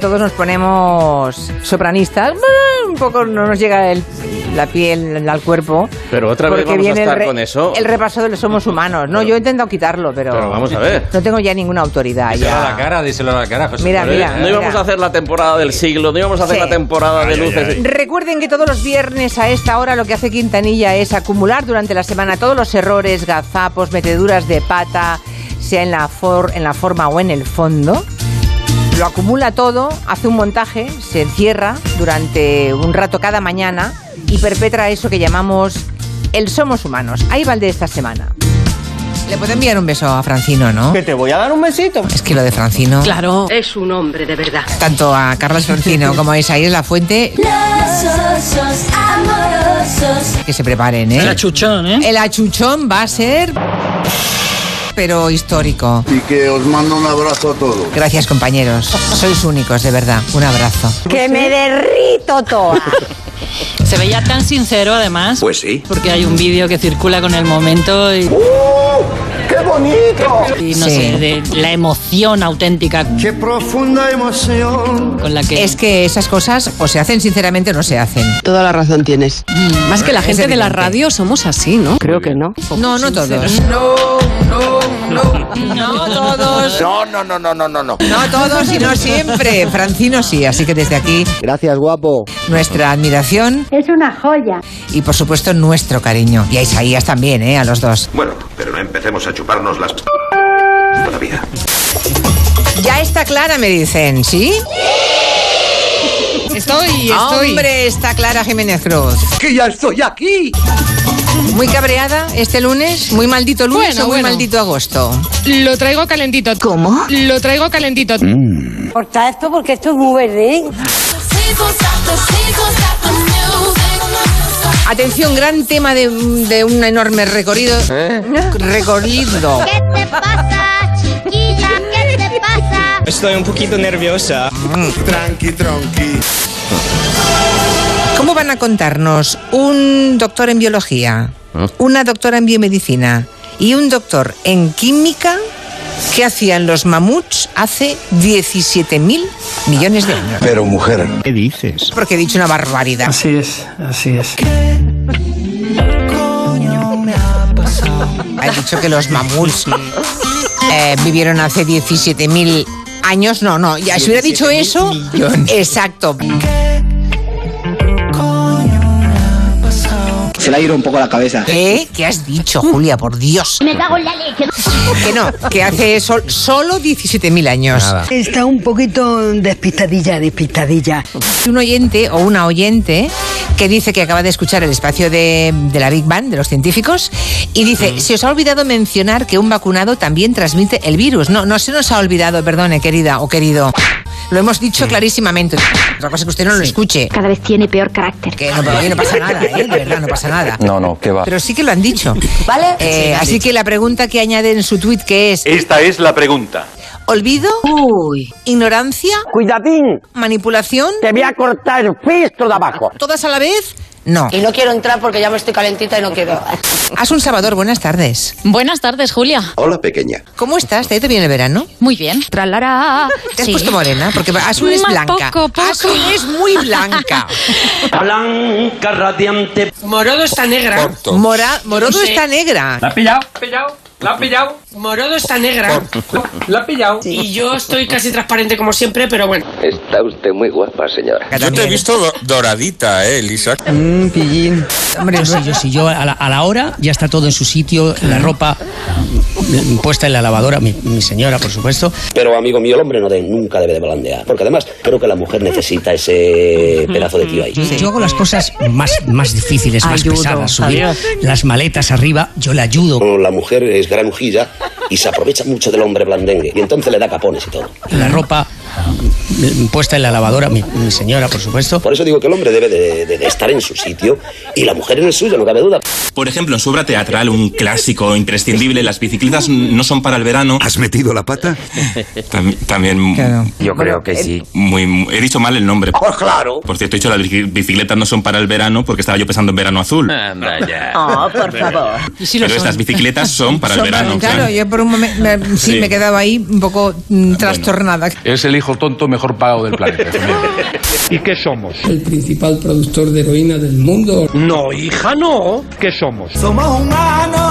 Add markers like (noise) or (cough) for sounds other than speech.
Todos nos ponemos sopranistas, un poco no nos llega el- la piel al cuerpo. Pero otra vez porque vamos a viene el estar re- con eso. El repaso de los somos humanos. No, yo he intentado quitarlo, pero. Pero vamos a ver. No tengo ya ninguna autoridad. Díselo a la Ya. cara, díselo a la cara, José. Mira, Manuel. mira. Eh, no íbamos a hacer la temporada del siglo, no íbamos a hacer Sí. la temporada de Ay, ay, luces. ay. Recuerden que todos los viernes a esta hora lo que hace Quintanilla es acumular durante la semana todos los errores, gazapos, meteduras de pata, sea en la, for- en la forma o en el fondo. Lo acumula todo, hace un montaje, se encierra durante un rato cada mañana y perpetra eso que llamamos el somos humanos. Ahí va el de esta semana. Le puedo enviar un beso a Francino, ¿no? Que te voy a dar un besito. Es que lo de Francino, Claro. Es un hombre de verdad. tanto a Carlos (laughs) Francino como a Isaías La Fuente, Los osos amorosos. que se preparen, ¿eh? achuchón, ¿eh? El achuchón va a ser, pero histórico. y que os mando un abrazo a todos. Gracias compañeros, sois únicos, de verdad. Un abrazo. Que me derrito toda. Se veía tan sincero, además. Pues sí. Porque hay un vídeo que circula con el momento y, ¡Uh! ¡Qué bonito! y no Sí. sé, de la emoción auténtica ¡Qué profunda emoción! con la (laughs) que. Es que esas cosas o se hacen sinceramente o no se hacen. Toda la razón tienes. Más que la Es gente de la evidente. radio somos así, ¿no? Creo que no. No, no todos. No todos. No, no, no, no, no, no, no. No todos y no siempre. Francino sí, así que desde aquí Gracias, guapo. nuestra admiración. Es una joya. Y por supuesto nuestro cariño. Y a Isaías también, ¿eh? A los dos. Bueno, pero no empecemos a chuparnos las... Todavía. Ya está clara, me dicen, ¿sí? Estoy, Hombre, está Clara Jiménez Cruz. Que ya estoy aquí. Muy cabreada este lunes, muy maldito lunes Bueno, o muy bueno. maldito agosto. Lo traigo calentito. ¿Cómo? Lo traigo calentito. Corta esto porque esto es muy verde. ¿eh? Atención, gran tema de, de un enorme recorrido. ¿Eh? Recorrido. ¿Qué te pasa, chiquilla? ¿Qué te pasa? Estoy un poquito nerviosa. Tranqui, tranqui. ¿Cómo van a contarnos un doctor en biología, ¿Eh? una doctora en biomedicina y un doctor en química qué hacían los mamuts hace 17 mil millones de años? Pero mujer, Porque he dicho una barbaridad. Así es, así es. Ha dicho que los mamuts eh, vivieron hace 17.000 años. No, no, ya si hubiera dicho eso. Exacto. Se le ha ido un poco la cabeza. ¿Qué? ¿Qué has dicho, Julia? Por Dios. Me cago en la leche. Que no, que hace sol- solo 17.000 años. Está un poquito despistadilla, despistadilla. Un oyente o una oyente que dice que acaba de escuchar el espacio de, de la Big Bang, de los científicos, y dice, se os ha olvidado mencionar que un vacunado también transmite el virus. No, no se nos ha olvidado, perdone, querida o querido. Lo hemos dicho clarísimamente. Otra cosa es que usted no lo escuche. Cada vez tiene peor carácter. Que no, oye, no pasa nada, ¿eh? De verdad, no pasa nada. No, no, que va. Pero sí que lo han dicho. ¿Vale? Eh, así que la pregunta que añade en su tuit que es... Esta es la pregunta. ¿Olvido? ¿Ignorancia? Cuidadín, ¿Manipulación? te voy a cortar el pisto de abajo. ¿Todas a la vez? No. Y no quiero entrar porque ya me estoy calentita y no quiero. Haz un Salvador, buenas tardes. Buenas tardes, Julia. Hola, pequeña. ¿Cómo estás? ¿Te ha ido bien el verano? Muy bien. Ah, Tralará. Te has puesto morena, porque Asun es Ma- blanca. poco, poco. Asun es muy blanca. Blanca radiante. Morodo está negra. Mora- Morodo está negra. ha pillado? pillado? ¿La ha pillado? Morodo está negra. ¿La ha pillado? Y yo estoy casi transparente como siempre, pero bueno. Está usted muy guapa, señora. Yo te he visto eh, doradita, eh, Elisa. Mmm, pillín. Hombre, Sí, yo sí, yo a la, a la hora ya está todo en su sitio, la ropa mm, puesta en la lavadora, mi, mi señora, por supuesto. Pero amigo mío, el hombre no de- nunca debe de balandear. Porque además creo que la mujer necesita ese pedazo de tío ahí. Yo hago las cosas más, más difíciles, más Ayudo. pesadas, subir Adiós. las maletas arriba, yo le ayudo. Bueno, La mujer es granujilla y se aprovecha mucho del hombre blandengue. Y entonces le da capones y todo. La ropa mm, puesta en la lavadora, mi, mi señora, por supuesto. Por eso digo que el hombre debe de, de- de estar en su sitio y la mujer en el suyo, no cabe duda. Por ejemplo, en su obra teatral, un clásico imprescindible, las bicicletas no son para el verano. ¿has metido la pata? También, Yo creo que sí. muy, muy- He dicho mal el nombre. Pues claro. Por cierto, he dicho las bici- bicicletas no son para el verano porque estaba yo pensando en verano azul. Oh, por favor. Y sí lo Pero son. estas bicicletas son para el verano. claro, yo por un momento me- sí, Sí. me he quedado ahí un poco mm, trastornada. Es el hijo tonto mejor mejor pagado del planeta. (laughs) ¿Y qué somos? El principal productor de heroína del mundo. No, hija, no. ¿Qué somos? Somos humanos.